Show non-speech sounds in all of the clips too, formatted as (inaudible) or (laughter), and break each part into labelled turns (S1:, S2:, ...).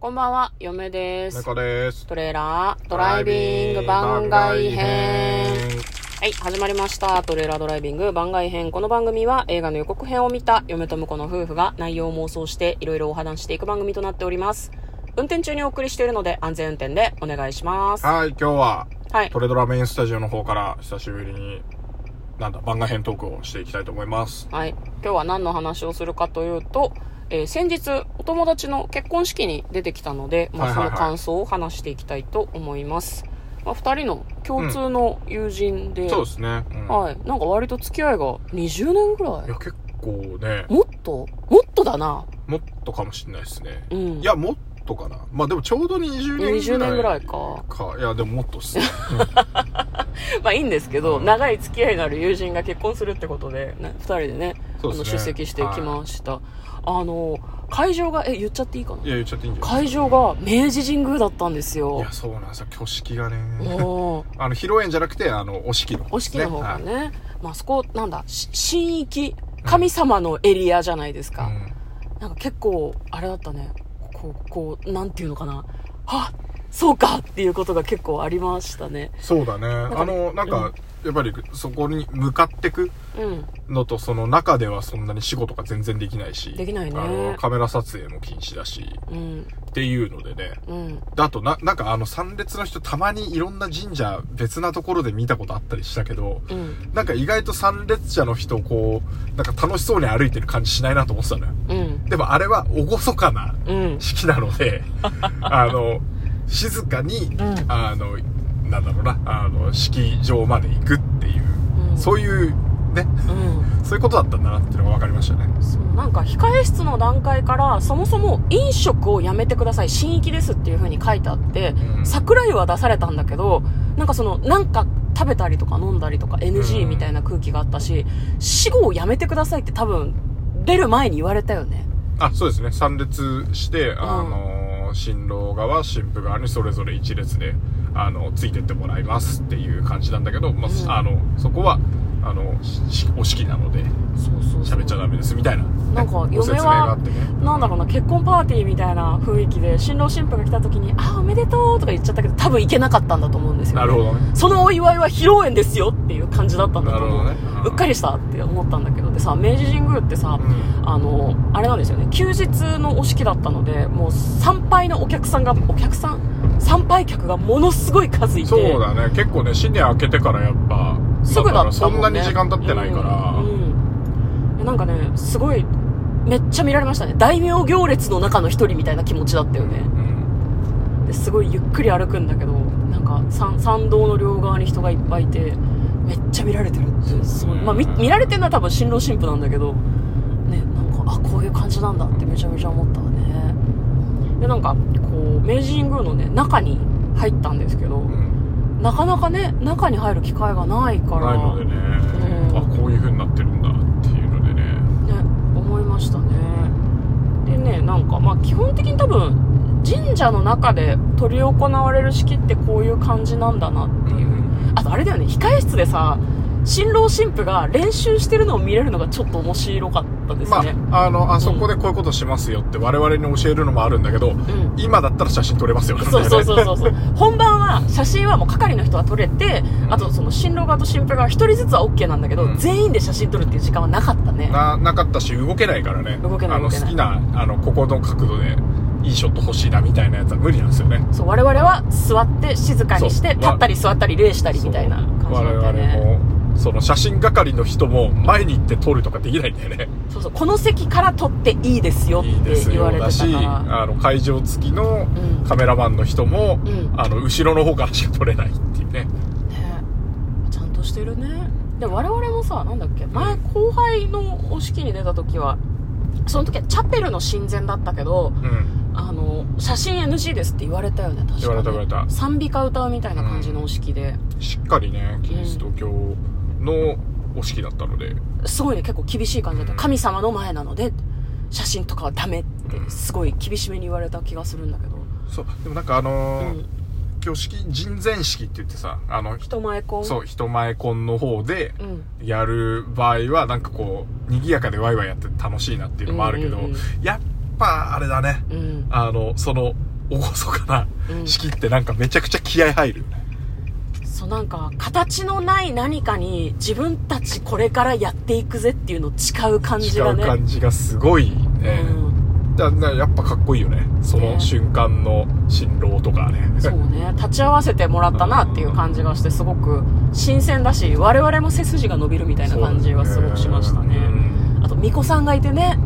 S1: こんばんは、嫁です。
S2: 中です。
S1: トレーラードライビング番外編。はい、始まりました。トレーラードライビング番外編。この番組は映画の予告編を見た嫁と婿の夫婦が内容を妄想していろいろお話していく番組となっております。運転中にお送りしているので安全運転でお願いします。は
S2: はい、今日はいト。レドラメインスタジオの方から久しぶりに、なんだ、番外編トークをしていきたいと思います。
S1: はい。今日は何の話をするかというと、えー先日お友達の結婚式に出てきたので、まあ、
S2: はい
S1: そ
S2: はいは
S1: の
S2: い
S1: 感想を話していきたいと思います。まあ、二人の共通の友人で、
S2: そうですね。うん
S1: はい。なんか割と付き合いが20年ぐら
S2: いや、結構ね
S1: い。、もっともっとだな。
S2: もっとかもしれないですね。
S1: うん。
S2: いや、もっとかな。まあでもちょうど20年ぐらい。
S1: 20年ぐらいか。
S2: か。いや、でももっとっす
S1: (laughs)
S2: ね。
S1: まあいいんですけど、
S2: うん
S1: 長い付き合いのある友人が結婚するってことで、ね、二人でね、
S2: そう
S1: あ
S2: です
S1: の
S2: ね
S1: 出席してきました。あの、会場が、え、言っちゃっていいかない
S2: や、言っちゃっていいんじゃない
S1: 会場が明治神宮だったんです
S2: い
S1: よ
S2: や、。そうなんですよ。挙式がね。
S1: おー
S2: あの、披露宴じゃなくて、あの、お式の方
S1: お
S2: です
S1: 式
S2: ね。
S1: の方が
S2: はい
S1: ね、まあそこ、なんだ、し神域、神様のエリアじゃないですか。
S2: うん
S1: なんか結構、あれだったね。こう、こう、なんていうのかな。あそうかっていうことが結構ありましたね。
S2: そうだね。
S1: か
S2: あの、なんか、やっぱりそこに向かってく
S1: うん。
S2: のと、その中ではそんなに仕事が全然できないし。
S1: できないね
S2: あの、カメラ撮影も禁止だし、
S1: うん。
S2: っていうのでね。
S1: うん。
S2: だとな、なんかあの、参列の人たまにいろんな神社、別なところで見たことあったりしたけど、
S1: うん。
S2: なんか意外と参列者の人、こう、なんか楽しそうに歩いてる感じしないなと思ってたのよ。
S1: うん。
S2: でもあれは厳かな
S1: うん。
S2: 式なの
S1: (laughs)
S2: で、あの、静かに、
S1: ん
S2: あの、なんだろうな、あの、式場まで行くっていう、
S1: うん
S2: そういう、ね、
S1: うん。
S2: そういうことだったんだなっていうのが分かりましたね。
S1: そうなんか控え室の段階からそもそも飲食をやめてください新域ですっていう風に書いてあって
S2: うん
S1: 桜湯は出されたんだけどなんかそのなんか食べたりとか飲んだりとか NG みたいな空気があったし死後をやめてくださいって多分出る前に言われたよね
S2: あ、そうですね。参列して、あのー新郎側、新婦側にそれぞれ一列で、あの、ついてってもらいますっていう感じなんだけど、まあ、
S1: うん
S2: あの、そこは、あの、しお式なので、
S1: そうそう
S2: 喋っちゃダメですみたいな、
S1: なんか
S2: ご説
S1: 嫁
S2: 明があ
S1: は
S2: ってね。
S1: なんだろうな結婚パーティーみたいな雰囲気で新郎新婦が来た時に「あおめでとう」とか言っちゃったけど多分行けなかったんだと思うんですよ、
S2: なるほどね。
S1: そのお祝いは披露宴ですよっていう感じだったんだ
S2: な
S1: と
S2: るほ
S1: 思う、
S2: どね。
S1: うっか
S2: り。
S1: りしたって思ったんだけどでさ明治神宮ってさ、
S2: うん
S1: あのあれなんですよね休日のお式だったのでもう参拝のお客さんがお客さん参拝客がものすごい数いて
S2: そうだね。結構ね、新年明けてからやっぱ、
S1: すぐだったもん、ね、
S2: そんなに時間経ってないから、
S1: うんうんなんかねすごいめっちゃ見られましたね大名行列の中の一人みたいな気持ちだったよね
S2: うん
S1: ですごいゆっくり歩くんだけどなんか参参道の両側に人がいっぱいいてめっちゃ見られてるってすごい、まあ、見見られてるのは多分新郎新婦なんだけどねなんかあこういう感じなんだってめちゃめちゃ思ったわねでなんかこう明治神宮のね中に入ったんですけど
S2: うん
S1: なかなかね中に入る機会がないから
S2: ないのでね、
S1: うん
S2: あ、こういう風になってるんだっていうのでね。
S1: ね思いましたねでねなんかまあ基本的に多分神社の中で執り行われる式ってこういう感じなんだなっていう、あとあれだよね控え室でさ新郎新婦が練習してるのを見れるのがちょっと面白かったです
S2: ま
S1: ね、
S2: あ、あの、あそこでこういうことしますよって我々に教えるのもあるんだけど、
S1: うん
S2: 今だったら写真撮れますよ、ね。
S1: そうそうそうそうそう本番は写真はもう係の人は撮れてあとその新郎側と新婦側1人ずつは OK なんだけど、
S2: うん
S1: 全員で写真撮るっていう時間はなかったね
S2: な、なかったし、動けないからね。
S1: 動けない
S2: あの、
S1: 動けない
S2: 好きな、あの、ここの角度で、いいショット欲しいな、みたいなやつは無理なんですよね。
S1: そう我々は座って静かにして
S2: そう
S1: 立ったり座ったり礼したりみたいな感じだったよ
S2: そう我
S1: ね
S2: 々も、その写真係の人も前に行って撮るとかできないんだよね。
S1: そうそうこの席から撮っていいですよっ
S2: いいで
S1: て
S2: す
S1: 言われ
S2: よ。
S1: てた
S2: だし、
S1: から
S2: あの、会場付き
S1: う
S2: の
S1: ん
S2: カメラマンの人も、
S1: うん
S2: あの、後ろの方からしか撮れないっていうね。
S1: ねちゃんとしてるねで我々もさなんだっけ前後輩のお式に出た時はその時はチャペルの親善だったけど
S2: うん。
S1: あの写真 NG ですって言われたよね確かに
S2: 言われた言われた
S1: 賛美歌歌うみたいな感じのお式で、
S2: しっかりね、キリスト教のお式だったので、
S1: すごいね結構厳しい感じだった神様の前なので写真とかはダメってすごい厳しめに言われた気がするんだけど、
S2: そうでもなんかあの
S1: う
S2: ー
S1: ん、
S2: 挙式人前式って言ってさあの
S1: 人前婚
S2: そう人前婚の方で
S1: うん
S2: やる場合はなんかこう賑やかでワイワイやって楽しいなっていうのもあるけど、
S1: うんうんうん
S2: やっぱあれだね
S1: うん
S2: あのその厳かな
S1: うん
S2: 式ってなんかめちゃくちゃ気合入るよね。
S1: そうなんか形のない何かに自分たちこれからやっていくぜっていうのを誓う感じ
S2: 違
S1: が
S2: う
S1: ね
S2: 感じがすごいね。
S1: うん、
S2: だだやっぱかっこいいよね。その
S1: ね
S2: 瞬間の新郎とかね。
S1: そうね立ち会わせてもらったなっていう感じがしてすごく新鮮だし我々も背筋が伸びるみたいな感じはすごくしましたね
S2: うん
S1: あと巫女さんがいてね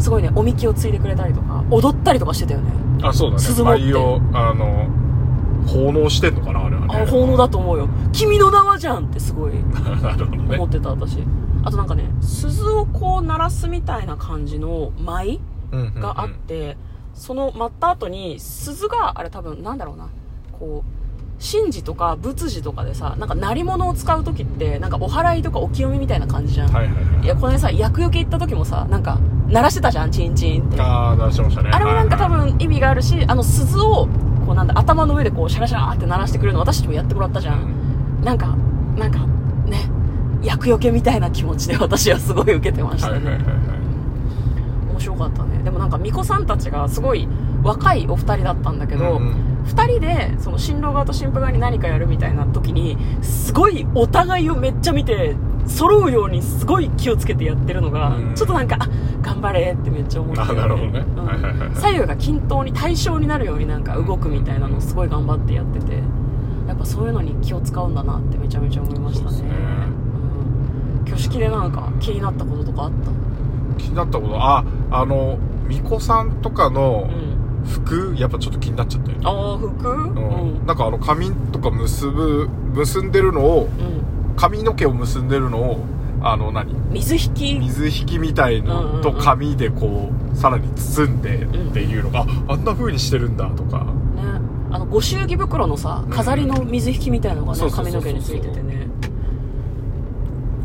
S1: すごいねおみきをついでくれたりとか踊ったりとかしてたよね
S2: あ、そうだね。
S1: 鈴持って
S2: 舞を、あの、奉納してんのかなあれはね。
S1: あ奉納だと思うよ君の名はじゃんってすごい
S2: (laughs) なるほど
S1: 思
S2: ね
S1: っ。てた私あとなんかね鈴をこう鳴らすみたいな感じの舞があっ
S2: うん
S1: て、その舞った後に鈴があれ多分なんだろうなこう神事とか仏事とかでさなんか鳴り物を使う時ってなんかお祓いとかお清めみたいな感じじゃん、
S2: うん。はいはいはい
S1: い、。やこの間さ厄除け行った時もさなんか鳴らしてたじゃんチンチンって
S2: ああ、出してましたね。
S1: あれもなんか多
S2: はいはい
S1: 分意味があるしあの鈴をこうなんだ頭の上でこうシャラシャラって鳴らしてくれるの私たちもやってもらったじゃん、なんか、なんか、ね、厄除けみたいな気持ちで私はすごい受けてました
S2: はい
S1: ね。
S2: はいはいはい。
S1: 面白かったね。でもなんか、巫女さんたちがすごい若いお二人だったんだけど、二、
S2: うんうん
S1: 人で、その新郎側と新婦側に何かやるみたいな時に、すごいお互いをめっちゃ見て、揃うようにすごい気をつけてやってるのが、
S2: うん
S1: ちょっとなんか、あ頑張れってめっちゃ思って
S2: あなるほどね
S1: うん
S2: はいはいはいはい
S1: 左右が均等に対称になるようになんか動くみたいなのをすごい頑張ってやってて、やっぱそういうのに気を使うんだなってめちゃめちゃ思いましたね
S2: そうですね
S1: うん、挙式でなんか気になったこととかあった
S2: 気になったことああの巫女さんとかの
S1: うん
S2: 服、やっぱちょっと気になっちゃったよね、
S1: ああ服うん
S2: う
S1: うんん、
S2: なんかあの髪とか結ぶ結んでるのを髪の毛を結んでるのをあの何
S1: 水引き
S2: 水引きみたい
S1: うんうんう
S2: の
S1: ん
S2: と髪でこうさらに包んで
S1: ん
S2: っていうのが、ああんな風にしてるんだとか
S1: ねあのご祝儀袋のさ飾りの水引きみたいのがね
S2: うんそうそう
S1: 髪
S2: そうそう
S1: の毛についててね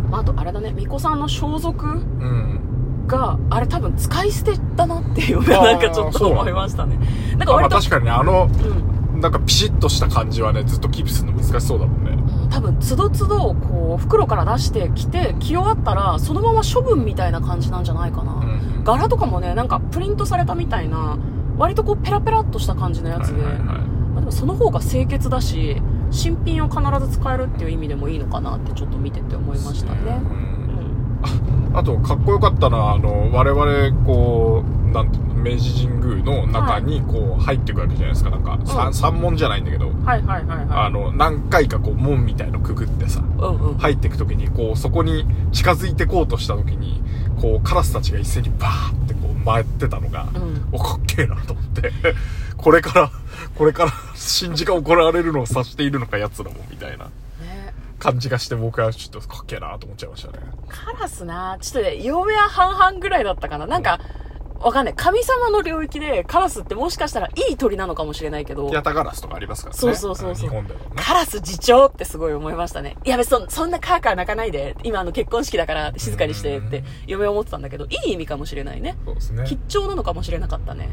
S1: まあ、あとあれだね巫女さんの装束
S2: うん
S1: があれ多分使い捨てだなっていうのがなんかちょっ
S2: あーそ
S1: と
S2: うなん
S1: 思
S2: だ
S1: いましたねなん
S2: あ、
S1: か
S2: まあ、
S1: 割と、
S2: 確かにねあの
S1: うん、
S2: なんかピシッとした感じはねずっとキープするの難しそうだもんね
S1: うん多分つどつどこう袋から出してきて着終わったらそのまま処分みたいな感じなんじゃないかな、
S2: うん
S1: 柄とかもねなんかプリントされたみたいな割とこうペラペラっとした感じのやつで、
S2: はいはいはい
S1: まあでもその方が清潔だし新品を必ず使えるっていう意味でもいいのかなってちょっと見てて思いましたね
S2: うん
S1: うん
S2: あと、かっこよかったのは、あの、我々、こう、なんていうの、明治神宮の中に、こう、入っていくわけじゃないですか。なんか、三、
S1: うん
S2: 三門じゃないんだけど、
S1: はいはいはい
S2: あ
S1: は
S2: の、何回かこう、門みたいのくぐってさ、
S1: いうんうん
S2: 入っていくときに、こう、そこに近づいてこうとしたときに、こう、カラスたちが一斉にバーってこう、回ってたのが、
S1: うん
S2: お、かっけえなと思って、 (laughs) これから、これから、神事が行われるのを察しているのか、奴らも、みたいな
S1: ね
S2: 感じがして、僕はちょっとかっけえなと思っちゃいましたね。
S1: カラスなちょっとね、嫁は半々ぐらいだったかな。なんか、わかんない。神様の領域でカラスってもしかしたらいい鳥なのかもしれないけど、
S2: 八田ガラスとかありますからね。
S1: そうそうそうそう
S2: 日本でもね。
S1: カラス自重ってすごい思いましたね。やべ、そ、そんなカーカー泣かないで。今あの結婚式だから静かにしてっ
S2: う
S1: て
S2: ん
S1: 嫁は思ってたんだけど、いい意味かもしれないね。
S2: そうですね。
S1: 吉兆なのかもしれなかったね。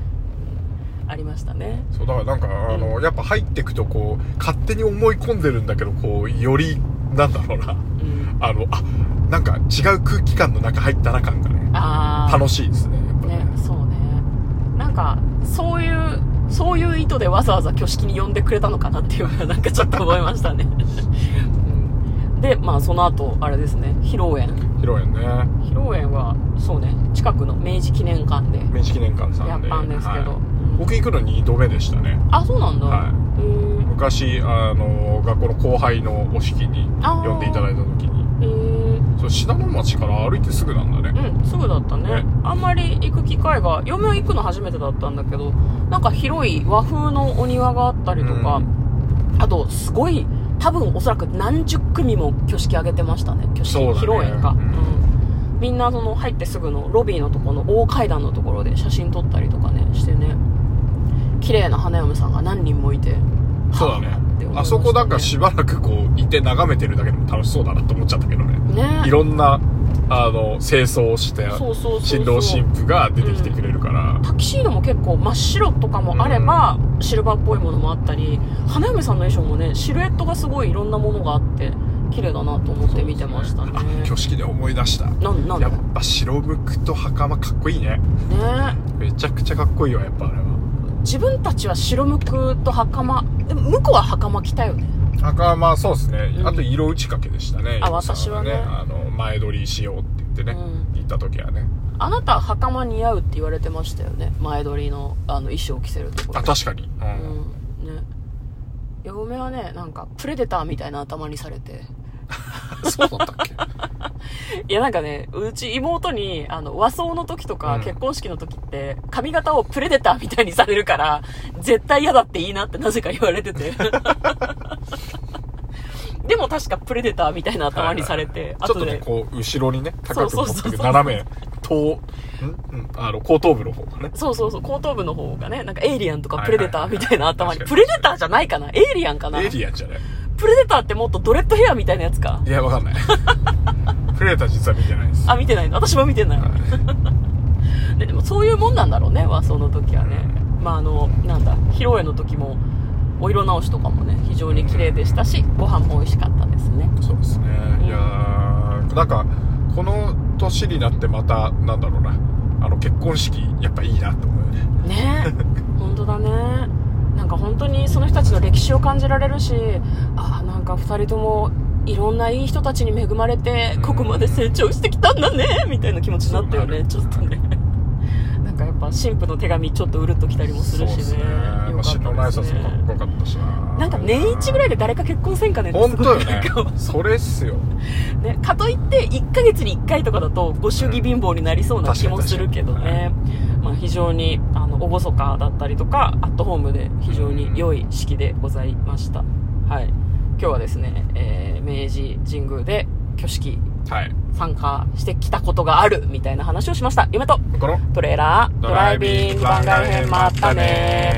S1: ありましたね。
S2: そう、だからなんか、あの、やっぱ入ってくとこう、勝手に思い込んでるんだけど、こう、より、なんだろうな。 (laughs)
S1: うん。
S2: あの、あ、なんか違う空気感の中入ったな感がね、
S1: あー。
S2: 楽しいですね、やっぱね
S1: ね。、そうね。なんか、そういう、そういう意図でわざわざ挙式に呼んでくれたのかなっていうのは、 (laughs) なんかちょっと思いましたね。うんで、まあ、その後、あれですね、披露宴。
S2: 披露宴ね。
S1: 披露宴は、そうね、近くの明治記念館で
S2: 明治記念館さ
S1: やっ
S2: んで。
S1: たんですけど。
S2: はい僕行くの2度目でしたね。
S1: あ、そうなんだ。
S2: は
S1: へー
S2: 昔、あの、学校の後輩のお式に
S1: あー
S2: 呼んでいただいた時に、
S1: へー
S2: そう、信濃町から歩いてすぐなんだね。
S1: うん、すぐだったね
S2: ね。
S1: あんまり行く機会が、嫁は行くの初めてだったんだけど、なんか広い和風のお庭があったりとか、
S2: うん
S1: あと、すごい、多分おそらく何十組も挙式挙げてましたね。挙式、
S2: そうだね
S1: 披露宴か。
S2: う
S1: うんんみんなその入ってすぐのロビーのとこの大階段のところで写真撮ったりとかね、してね。綺麗な花嫁さんが何人もいて。
S2: そうだ
S1: は
S2: ね
S1: ぁって思いま
S2: あ
S1: した
S2: そこなんかしばらくこういて眺めてるだけでも楽しそうだなと思っちゃったけどね
S1: ね
S2: いろんなあの清掃をして
S1: そうそうそうそう
S2: 新郎新婦が出てきてくれるから、
S1: タキシードも結構真っ白とかもあれば、シルバーっぽいものもあったり花嫁さんの衣装もねシルエットがすごいいろんなものがあって綺麗だなと思って見てましたね
S2: あ挙式で思い出した
S1: なんなん
S2: や
S1: だ
S2: っぱ白むくと袴かっこいいね
S1: ね
S2: めちゃくちゃかっこいいわやっぱあれは
S1: 自分たちは白むくと袴え向こうは袴着たよね
S2: 赤まあそうですね、
S1: うん
S2: あと色打ち掛けでしたね
S1: あ
S2: 伊藤さんが
S1: 私は
S2: あの前撮りしようって言ってね、
S1: うん
S2: 行った時はね
S1: あなた袴似合うって言われてましたよね前撮りのあの衣装を着せるところ
S2: あ確かに、うん
S1: うんね嫁はねなんかプレデターみたいな頭にされて
S2: (laughs) そうだったっけ
S1: (laughs) いやなんかねうち妹にあの和装の時とか
S2: うん
S1: 結婚式の時って髪型をプレデターみたいにされるから絶対嫌だっていいなってなぜか言われて
S2: (laughs)
S1: てでも確かプレデターみたいな頭にされて、
S2: ちょっ
S1: 後
S2: とね
S1: で
S2: こう後ろにね高く持って
S1: そうそうそう
S2: く
S1: そう
S2: 斜め頭んうんあの後頭部の方がね
S1: そうそうそう、後頭部の方がね、なんかエイリアンとかプレデターみたいな頭に。
S2: はい
S1: プ
S2: はい
S1: レデターじゃないかなエイリアンかな
S2: エイリアンじゃない
S1: プレデターってもっとドレッドヘアみたいなやつか
S2: いやわかんない (laughs) プレーター実は見てないです
S1: あ、見てないの私も見てない。ででもそういうもんなんだろうね、和装の時はね。まああの、なんだ、披露宴の時も、お色直しとかもね、非常に綺麗でしたし、ご飯も美味しかったですね。
S2: そうですね、
S1: うん
S2: いやーなんかこの年になってまたなんだろうなあの結婚式やっぱいいなと思うよね (laughs)
S1: ね本当だねなんか本当にその人たちの歴史を感じられるしああなんか2人ともいろんないい人たちに恵まれてここまで成長してきたんだねみたいな気持ちになったよねち
S2: そ
S1: ょ
S2: う
S1: っとねなんかやっぱ新婦の手紙ちょっとうるっときたりもするしねよ
S2: まあ、新郎の
S1: か
S2: 挨
S1: ったです
S2: 拶もかっこ
S1: ね
S2: よかったしな
S1: なんか年一ぐらいで誰か結婚せんかねってす
S2: 本当
S1: ご
S2: よ
S1: いなん
S2: ね
S1: か
S2: それっすよ
S1: ね、かといって1ヶ月に1回とかだとご祝儀貧乏になりそうな気もするけどね、まあ、非常にあの厳かだったりとかアットホームで非常に良い式でございました、はい、今日はですね、えー明治神宮で挙式
S2: はい
S1: 参加してきたことがあるみたいな話をしました夢と
S2: この
S1: トレーラード
S2: ド
S1: ラ
S2: ラ
S1: イ
S2: イ
S1: ビ
S2: ビ
S1: ン
S2: ン
S1: グ
S2: グ
S1: 番
S2: 番
S1: 外
S2: 外
S1: 編
S2: 編
S1: も
S2: も
S1: あ
S2: あ
S1: っ
S2: ったた
S1: ね
S2: ね